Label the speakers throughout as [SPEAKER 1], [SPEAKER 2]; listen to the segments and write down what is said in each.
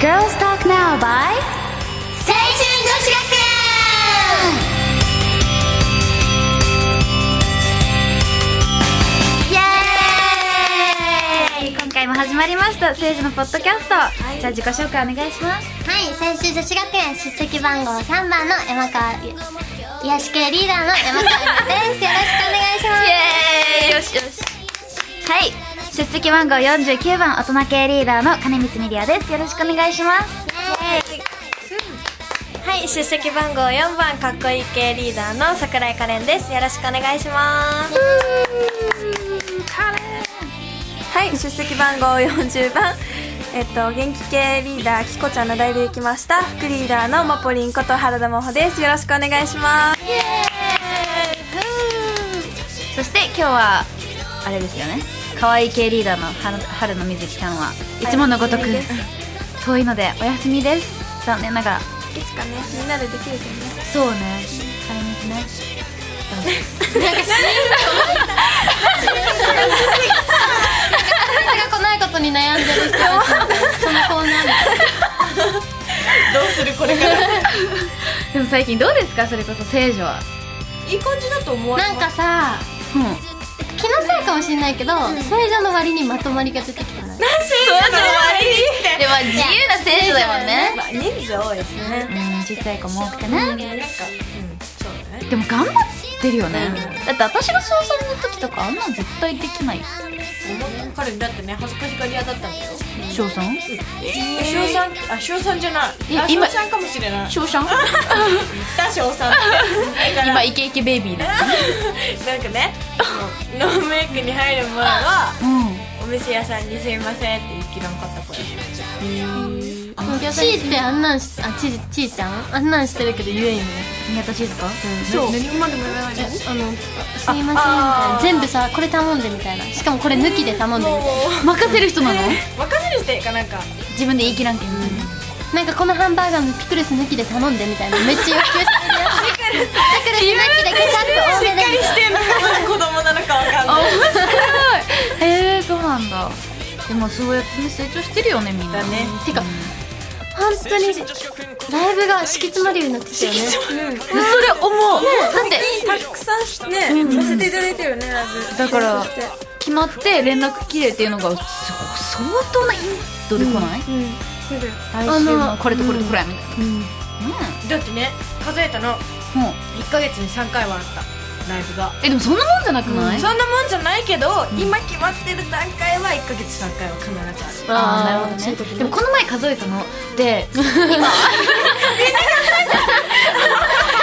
[SPEAKER 1] Girls Talk Now by 青春女子学園イエーイ今回も始まりました政治のポッドキャスト、じゃあ自己紹介お願いします
[SPEAKER 2] はい、青春女子学園出席番号3番の山川ゆ癒し系リーダーの山川ゆです。よろしくお願いします。
[SPEAKER 1] イエーイよしよしはい出席番号49番大人系リーダーの金光ミリアですよろしくお願いします
[SPEAKER 3] はい、出席番号4番かっこいい系リーダーの桜井可憐です。よろしくお願いします。はい、出席番号40番。えっと、元気系リーダー、きこちゃんのライブ行きました。副リーダーのまぽりんこと原田真帆です。よろしくお願いします。
[SPEAKER 1] そして今日はあれですよね可愛い系リーダーのは春野瑞希さんはいつものごとく
[SPEAKER 3] お休みです
[SPEAKER 1] 遠いのでお休みです残念ながら
[SPEAKER 3] いつかね、みんなでできるといいね。
[SPEAKER 1] そうね金光ね
[SPEAKER 2] 私が来ないことに悩んでる人たちそのコーナー
[SPEAKER 1] でも最近どうですかそれこそ聖女はい
[SPEAKER 3] い感じだと思
[SPEAKER 2] なんかさ、
[SPEAKER 1] うん
[SPEAKER 2] 気のせいかもしれないけど、正常の割にまとまりが出てきてない。
[SPEAKER 1] でも自由な聖女だもんね
[SPEAKER 3] まあ、人数多いですね。
[SPEAKER 1] うんちっちゃい子も多くてね
[SPEAKER 3] なんか、うん、そうだね。
[SPEAKER 1] でも頑張ってるよね、だって私が小3の時とかあんなん絶対できない
[SPEAKER 4] 彼だってね恥ずかしがり屋だったんだよ
[SPEAKER 1] 小 3?
[SPEAKER 4] 小三あ小三じゃないあ
[SPEAKER 1] 今
[SPEAKER 4] 小三かもしれない
[SPEAKER 1] 小 3?
[SPEAKER 4] だ 小三ってだから
[SPEAKER 1] 今イケイケベイビーだ
[SPEAKER 4] なんかねノーメイクに入る前は
[SPEAKER 1] うん
[SPEAKER 4] お店屋さんにすいませんって言い切らんかったから
[SPEAKER 2] チーってあんなんし、あ、チー、チーちゃんあんなんしてるけど言えんよね。
[SPEAKER 1] 宮田静香
[SPEAKER 4] そう何もでも言わない
[SPEAKER 2] え
[SPEAKER 4] で
[SPEAKER 2] あの「すみません」みたいな
[SPEAKER 4] あー
[SPEAKER 2] 全部さこれ頼んでみたいなしかもこれ抜きで頼んでみたい
[SPEAKER 1] 任せる人なの
[SPEAKER 4] 若手にしてかなんか
[SPEAKER 1] 自分で言い切らんけん
[SPEAKER 2] ななんかこのハンバーガーのピクルス抜きで頼んでみたいなめっちゃ欲求してるやつピクルス抜きでケチャップ多めでみたい
[SPEAKER 4] してんのかまだ子供なのかわかんない
[SPEAKER 1] へえそうなんだでもそうやってね成長してるよねみんな
[SPEAKER 4] だね
[SPEAKER 2] なてか本当にライブが敷き詰まるようになってきたよね
[SPEAKER 1] それ思うだって
[SPEAKER 4] たくさんね、させていただいてるよねラジオ
[SPEAKER 1] だから決まって連絡切れっていうのがそ相当なインドで来ない来週もこれとこれとこれみたいなね
[SPEAKER 4] だってね数えたの
[SPEAKER 1] えもう
[SPEAKER 4] 1ヶ月に3回はあったライブが
[SPEAKER 1] えでもそんなもんじゃなくない
[SPEAKER 4] そんなもんじゃないけど、今決まってる段階は1ヶ月3回は必ずある
[SPEAKER 1] ああなるほどねでもこの前数えたの で今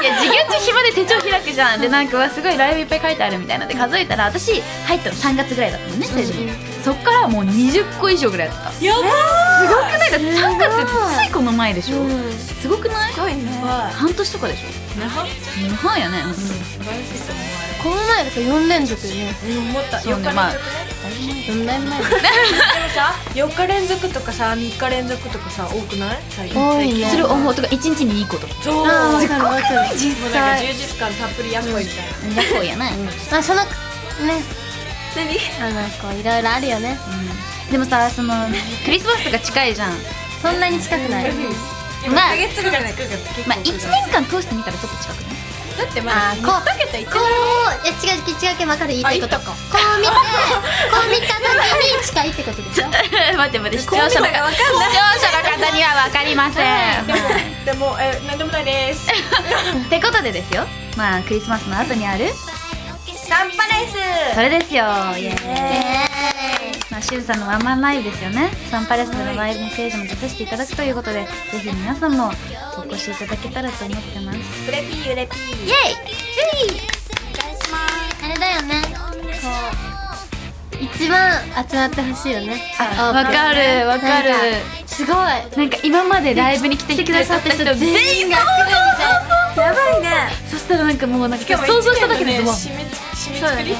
[SPEAKER 1] いや授業中暇で手帳開くじゃんでなんかはすごいライブいっぱい書いてあるみたいなで数えたら私入ったの3月ぐらいだったのね最初にそっからもう20個以上ぐらいやったす
[SPEAKER 4] やば
[SPEAKER 1] ごくないだって3月ってついこの前でしょすごくない
[SPEAKER 4] すごいね
[SPEAKER 1] 半年とかでしょ日本やね
[SPEAKER 4] 素晴らしいと思
[SPEAKER 2] この前だと4連続よね
[SPEAKER 4] う思った
[SPEAKER 1] そうね
[SPEAKER 4] 4日連続ね、
[SPEAKER 1] まあ
[SPEAKER 2] 4年前
[SPEAKER 4] でもさ4日連続とかさ3日連続とかさ多くない最近
[SPEAKER 2] 多いね
[SPEAKER 1] それ思うとか1日にいいことか
[SPEAKER 4] そう
[SPEAKER 2] あー
[SPEAKER 4] も
[SPEAKER 2] わ
[SPEAKER 4] う
[SPEAKER 2] かるわかる
[SPEAKER 4] なんか充実感たっぷりやっこいみたいな、
[SPEAKER 1] やこうやない
[SPEAKER 2] まあそのね
[SPEAKER 4] 何
[SPEAKER 2] あのこういろいろあるよね
[SPEAKER 1] でもさそのクリスマスとか近いじゃん
[SPEAKER 2] そんなに近くない
[SPEAKER 4] 今
[SPEAKER 1] まあ
[SPEAKER 4] 1ヶ月ぐらい9月
[SPEAKER 1] まあ1年間通してみたらちょっと近くね
[SPEAKER 4] だってまあ
[SPEAKER 2] あー
[SPEAKER 4] 2
[SPEAKER 2] こ
[SPEAKER 4] ヶ月は1
[SPEAKER 2] こ
[SPEAKER 4] 年
[SPEAKER 2] ういや違う違う違う分かる言いたいこと
[SPEAKER 4] あ言ったか
[SPEAKER 2] こう見てこう見た時に近いってこと でしょ
[SPEAKER 1] 待って待って視聴者の
[SPEAKER 4] コンビ名が
[SPEAKER 1] 方
[SPEAKER 4] わ
[SPEAKER 1] 視
[SPEAKER 4] か
[SPEAKER 1] 聴
[SPEAKER 4] んな
[SPEAKER 1] 者
[SPEAKER 4] い
[SPEAKER 1] の方には分かりませ ん
[SPEAKER 4] でもでもえ何でもないです
[SPEAKER 1] ってことでですよまあクリスマスの後にある
[SPEAKER 4] ナンパです
[SPEAKER 1] それですよイエーイ
[SPEAKER 2] えー
[SPEAKER 1] まあ、しゅんさんのワンマンライブですよねサンパレスでのライブの聖女も出させていただくということでぜひ皆さんもお越しいただけたらと思ってます
[SPEAKER 4] プレピーユレピー
[SPEAKER 1] イエイ
[SPEAKER 2] あれだよねこう一番集まってほしいよね
[SPEAKER 1] あわかるわかる
[SPEAKER 2] なんすごい
[SPEAKER 1] なんか今までライブに来てくださった人全員が
[SPEAKER 4] やばいね
[SPEAKER 1] そしたらなんかもうなんか想像しただけでもう
[SPEAKER 4] 締め締め作り
[SPEAKER 2] う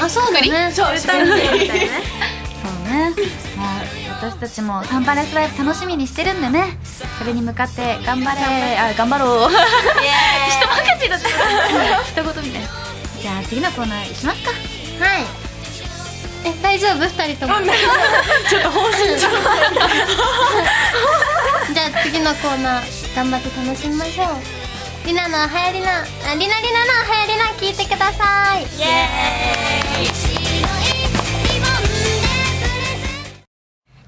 [SPEAKER 2] んあそうだね
[SPEAKER 4] そう歌うみたいなね
[SPEAKER 1] そうね、まあ、私たちもサンパレスライブ楽しみにしてるんでねそれに向かって頑張れあ頑張ろう人任せだった一言みたいなじゃあ次のコーナーしますか
[SPEAKER 2] はいえ大丈夫二人とも
[SPEAKER 4] ちょっと方針ちょっと
[SPEAKER 2] じゃあ次のコーナー頑張って楽しみましょうりなのはやりなありなりなのはやりな聞いてくださいイエーイ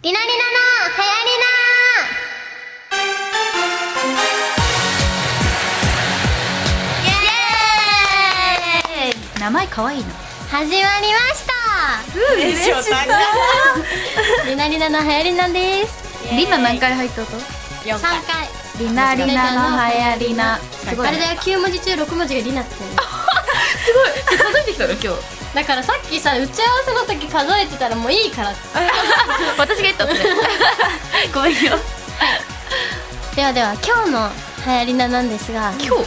[SPEAKER 2] りなりなのはやりなイエーイ
[SPEAKER 1] 名前可愛いな
[SPEAKER 2] 始まりました
[SPEAKER 4] 嬉しそう
[SPEAKER 2] りなりなのはやりなです
[SPEAKER 1] リナ何回入ったと
[SPEAKER 2] 3回
[SPEAKER 1] リナリナのはやりなすごい
[SPEAKER 2] あれだよ9文字中6文字が りなって言うの
[SPEAKER 1] 数えてき たの今日
[SPEAKER 2] だからさっきさ打ち合わせの時数えてたらもういいからって
[SPEAKER 1] 私が言 ったそれごめんよ
[SPEAKER 2] ではでは今日の流行りななんですが
[SPEAKER 1] 今日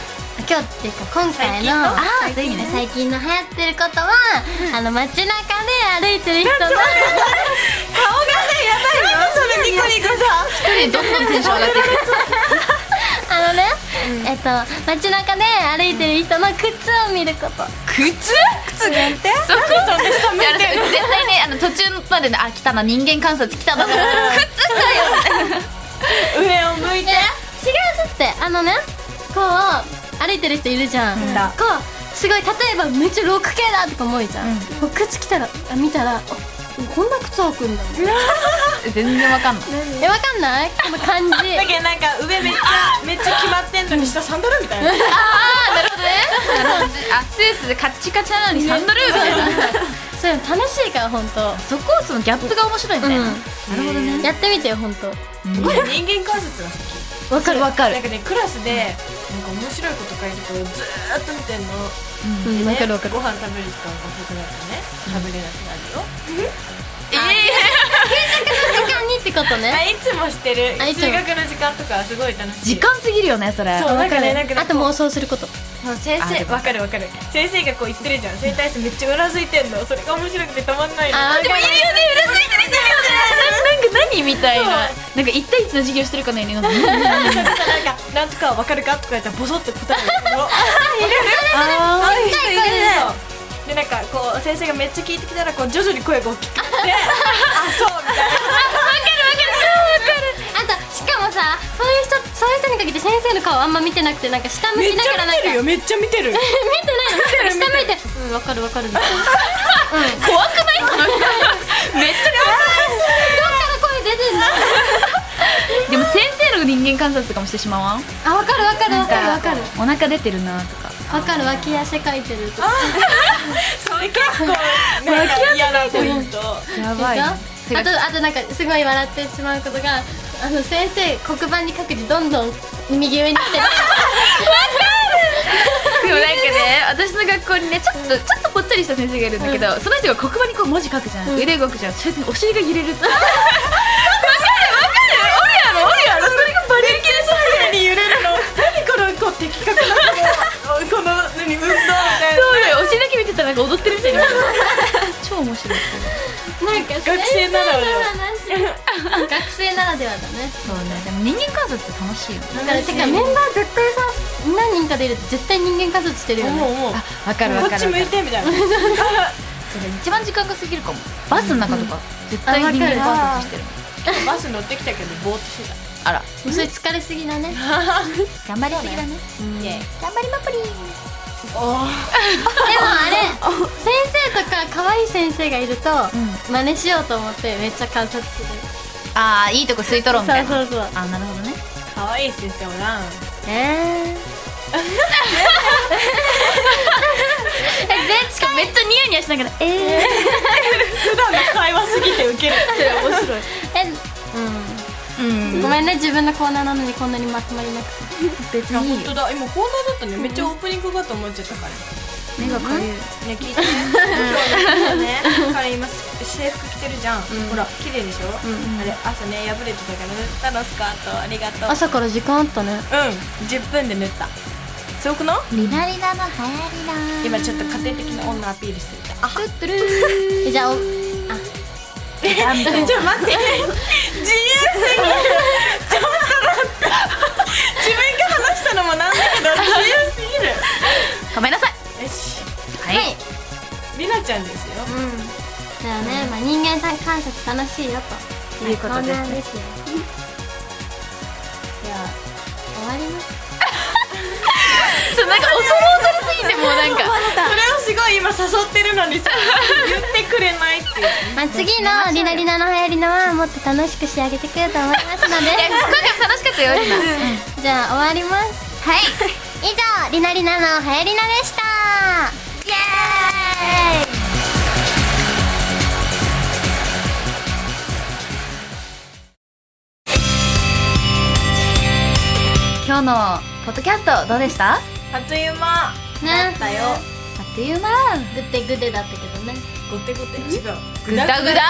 [SPEAKER 2] 今日っていうか今回のあ
[SPEAKER 1] あーそういう意味ね
[SPEAKER 2] 最近の流行ってることは、あの街中で歩いてる人の
[SPEAKER 4] それニコニコだ
[SPEAKER 1] 一人どんどんテンション上がっていく
[SPEAKER 2] あのね、えっと街中で歩いてる人の靴を見ること
[SPEAKER 1] 靴
[SPEAKER 4] 靴限定
[SPEAKER 1] そこそんな絶対ねあの途中までねあ来たな人間観察来たな靴かよ
[SPEAKER 4] 上を向い
[SPEAKER 2] え違うだってあのねこう歩いてる人いるじゃん、
[SPEAKER 4] ん
[SPEAKER 2] こうすごい例えばめっちゃロック系だとか思うじゃん、
[SPEAKER 1] うん
[SPEAKER 2] こう靴着たらあ見たらあこんな靴履くんだも ん
[SPEAKER 1] 全然わかんない
[SPEAKER 2] えわかんないこの感じ
[SPEAKER 4] だけど なんか上めっちゃめっちゃ決まってんのに下サンダルみたいな
[SPEAKER 1] あスーツでカッチカチなのにサンダルみたいな
[SPEAKER 2] そういうの楽しいから本当
[SPEAKER 1] そこそのギャップが面白いね、
[SPEAKER 4] なるほどね
[SPEAKER 2] やってみてよ本当
[SPEAKER 4] 人間観察が好
[SPEAKER 1] わ
[SPEAKER 4] き
[SPEAKER 1] かるわか
[SPEAKER 4] なんかねクラスでなんか面白いこと書いてるとずーっと見てんの
[SPEAKER 2] うんわ
[SPEAKER 4] ね
[SPEAKER 2] かるわかる
[SPEAKER 4] ご飯食べる時間が遅くなってね食べれなくなるよ
[SPEAKER 1] え
[SPEAKER 2] 時間にってこと
[SPEAKER 4] あ
[SPEAKER 2] ね
[SPEAKER 4] いつもしてる
[SPEAKER 2] あいつも
[SPEAKER 4] 中学の時間とかはすごい楽しい
[SPEAKER 1] 時間すぎるよねそれ
[SPEAKER 4] そうなんかね
[SPEAKER 2] わ
[SPEAKER 4] なんかね
[SPEAKER 2] あと妄想すること
[SPEAKER 4] そう先
[SPEAKER 1] あで
[SPEAKER 4] 生
[SPEAKER 1] も
[SPEAKER 4] わかるわかる先生がこう言ってるじゃんそれに対してめっちゃうなずいてんのそれが面白くてたまんないの
[SPEAKER 2] あーでもいるよね
[SPEAKER 1] うなずいてる人いるよねなんか何みたいななんか一対一の授業してるかのように
[SPEAKER 4] なんかなんかなんとかわかるかとか言ったらボソって答える のいる
[SPEAKER 1] あ
[SPEAKER 4] そういう
[SPEAKER 2] ちっ
[SPEAKER 4] 人
[SPEAKER 2] ちゃ
[SPEAKER 4] い
[SPEAKER 2] い声で
[SPEAKER 4] るでなんかこう先生がめっちゃ聞いてきたらこう徐々に声が大きくなって あそうみたいな
[SPEAKER 2] あとしかもさそういう人そういう人にかけて先生の顔あんま見てなくてなんか下向
[SPEAKER 4] めっ
[SPEAKER 2] き
[SPEAKER 4] ち
[SPEAKER 2] ながら
[SPEAKER 4] ゃ
[SPEAKER 2] なん
[SPEAKER 4] 見て
[SPEAKER 2] か
[SPEAKER 4] るよめっちゃ 見てる
[SPEAKER 2] 見てないの下向いてうんわかるわかるみたいな
[SPEAKER 1] 怖くないその人めっちゃ
[SPEAKER 2] どっから声出てんの
[SPEAKER 1] 怖いでも先生の人間観察とかもしてしまわん
[SPEAKER 2] あわかるわかるわかるわかる
[SPEAKER 1] お腹出てるなとか
[SPEAKER 2] わかる脇汗かいてるとか
[SPEAKER 4] それ結構なんか嫌なポイント
[SPEAKER 1] や
[SPEAKER 2] でしょ
[SPEAKER 1] な
[SPEAKER 2] あとあとなんかすごい笑ってしまうことがあの先生黒板に書く字どんどん右上に来てる
[SPEAKER 1] でもなんかね私の学校にねちょっとちょっとぽっちゃりした先生がいるんだけど、その人が黒板にこう文字書くじゃん、腕動くじゃんそれでお尻が揺れるって わかるわかるおるやろおるやろそれがバレる気がする
[SPEAKER 4] 何揺れるの何このこう的確なこ のこの何運動みたいな
[SPEAKER 1] そうだよお尻だけ見てたらなんか踊ってるみたいな 超面白い
[SPEAKER 2] なんか
[SPEAKER 4] 学生ならでは
[SPEAKER 2] は学生ならではだね
[SPEAKER 1] そうねでも人間観察って楽しいよね
[SPEAKER 2] だからてかメンバー絶対さ何人かでいると絶対人間観察してるよ
[SPEAKER 4] もう
[SPEAKER 2] ね
[SPEAKER 4] もう
[SPEAKER 1] あわかるわかる
[SPEAKER 4] こっち向いてみたいな
[SPEAKER 1] 一番時間が過ぎるかもバスの中とか、絶対
[SPEAKER 2] あわか
[SPEAKER 1] 人
[SPEAKER 2] る
[SPEAKER 1] 間観察してる
[SPEAKER 4] バス乗ってきたけどぼーっとしてた
[SPEAKER 1] あら
[SPEAKER 2] もうそれ疲れすぎだね
[SPEAKER 1] 頑張りすぎだね
[SPEAKER 4] イエイ
[SPEAKER 1] 頑張りまっぷり
[SPEAKER 2] で
[SPEAKER 4] お
[SPEAKER 2] もあれ先生とか可愛い先生がいると、真似しようと思ってめっちゃ観察する
[SPEAKER 1] ああいいとこ吸い取ろうみたいな
[SPEAKER 2] そうそうそう
[SPEAKER 1] あなるほどね
[SPEAKER 4] かわいい先生おらん
[SPEAKER 2] えーえ全
[SPEAKER 1] しかもめっちゃニヤニヤしながらえ
[SPEAKER 4] 普段の会話すぎてウケる面白い
[SPEAKER 2] え
[SPEAKER 1] うん
[SPEAKER 2] ごめんね自分のコーナーなのにこんなにまとまりなくて
[SPEAKER 1] 別にいい
[SPEAKER 4] 本当だ今コーナーだったねめっちゃオープニングかと思っちゃったから
[SPEAKER 1] 目がかゆい
[SPEAKER 4] ね聞いてね今日ね彼今制服着てるじゃんほら綺麗でしょあれ朝ね破れてたから塗ったのスカートありがとう
[SPEAKER 2] 朝から時間あったね
[SPEAKER 4] うん10分で塗ったすごくない
[SPEAKER 2] リナリナの流行
[SPEAKER 4] 今ちょっと家庭的な女アピールしてみたあ
[SPEAKER 2] りだじゃあお
[SPEAKER 4] えちょっと待って自由すぎるちょっと待って自分が話したのもなんだけど自由すぎる
[SPEAKER 1] ごめんなさい
[SPEAKER 4] よし
[SPEAKER 1] はい、
[SPEAKER 2] はい
[SPEAKER 4] りなちゃんですよ
[SPEAKER 2] だよね、まあ、人間観察楽しいよと
[SPEAKER 1] いうことですね
[SPEAKER 2] そうなんですよじゃあ終わります
[SPEAKER 1] そうなんか恐る恐るすぎてもうなんか
[SPEAKER 4] それをすごい今誘ってるのにさ言ってくれないっていう
[SPEAKER 2] まあ、次のリナリナの流行りのはもっと楽しく仕上げてくると思いますの
[SPEAKER 1] いや今
[SPEAKER 2] で
[SPEAKER 1] 回も楽しかったよ今
[SPEAKER 2] じゃあ終わりますはい以上リナリナの流行りなでしたイエーイ
[SPEAKER 1] 今日のポッドキャストどうでしたあっ
[SPEAKER 4] あっという間
[SPEAKER 2] ね
[SPEAKER 4] だよ
[SPEAKER 1] という間
[SPEAKER 2] グッデグデだったけどね
[SPEAKER 4] ごてごて違う
[SPEAKER 1] グダグダ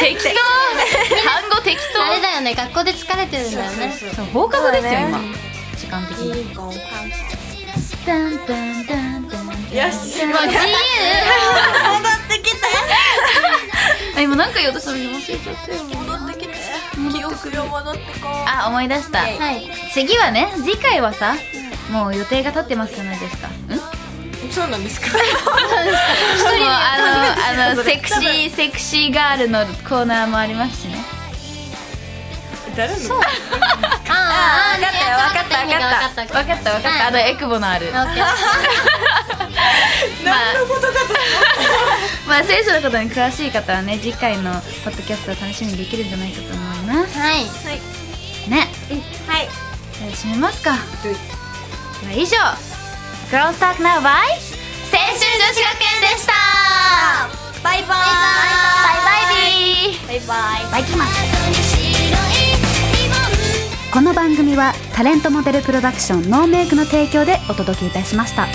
[SPEAKER 1] 適当単語適
[SPEAKER 2] あれだよね学校で疲れてるんだよね
[SPEAKER 4] そう
[SPEAKER 1] 当そう合格ですよ
[SPEAKER 3] そうだ
[SPEAKER 1] 今
[SPEAKER 3] ね
[SPEAKER 1] 時間的
[SPEAKER 4] い
[SPEAKER 1] に
[SPEAKER 4] いか
[SPEAKER 1] ダンダンダンダン
[SPEAKER 4] よし
[SPEAKER 1] もう自由
[SPEAKER 4] 戻ってきて
[SPEAKER 1] あ今なんか言おうとしたのに忘れちゃったよ
[SPEAKER 4] 戻ってきて記憶よ戻ってこ
[SPEAKER 1] あ思い出した
[SPEAKER 4] イエイ
[SPEAKER 2] はい
[SPEAKER 1] 次はね次回はさもう予定が立ってますじゃないですかん
[SPEAKER 4] うそうなんですか
[SPEAKER 1] もうあのあのセクシーセクシーガールのコーナーもありますしね
[SPEAKER 4] 誰の
[SPEAKER 2] あーあー
[SPEAKER 3] 分かったよ
[SPEAKER 2] わ
[SPEAKER 3] 分かった
[SPEAKER 2] 分かった分
[SPEAKER 1] 分かった分かったあのエクボのある
[SPEAKER 2] オッケー
[SPEAKER 1] まあ
[SPEAKER 4] 何のことかと
[SPEAKER 1] まあ選手のことに詳しい方はね次回のポッドキャストを楽しみにできるんじゃないかと思います
[SPEAKER 2] はい
[SPEAKER 3] はい
[SPEAKER 1] ね
[SPEAKER 3] はい
[SPEAKER 1] じゃあ締めますかでは以上「クロスタークナーバイ」
[SPEAKER 2] 青春女子学園でした
[SPEAKER 3] バイバ
[SPEAKER 2] バ
[SPEAKER 1] イビー
[SPEAKER 2] イバイバイバイ
[SPEAKER 1] バイキマンこの番組はタレントモデルプロダクションノーメイクの提供でお届けいたしました。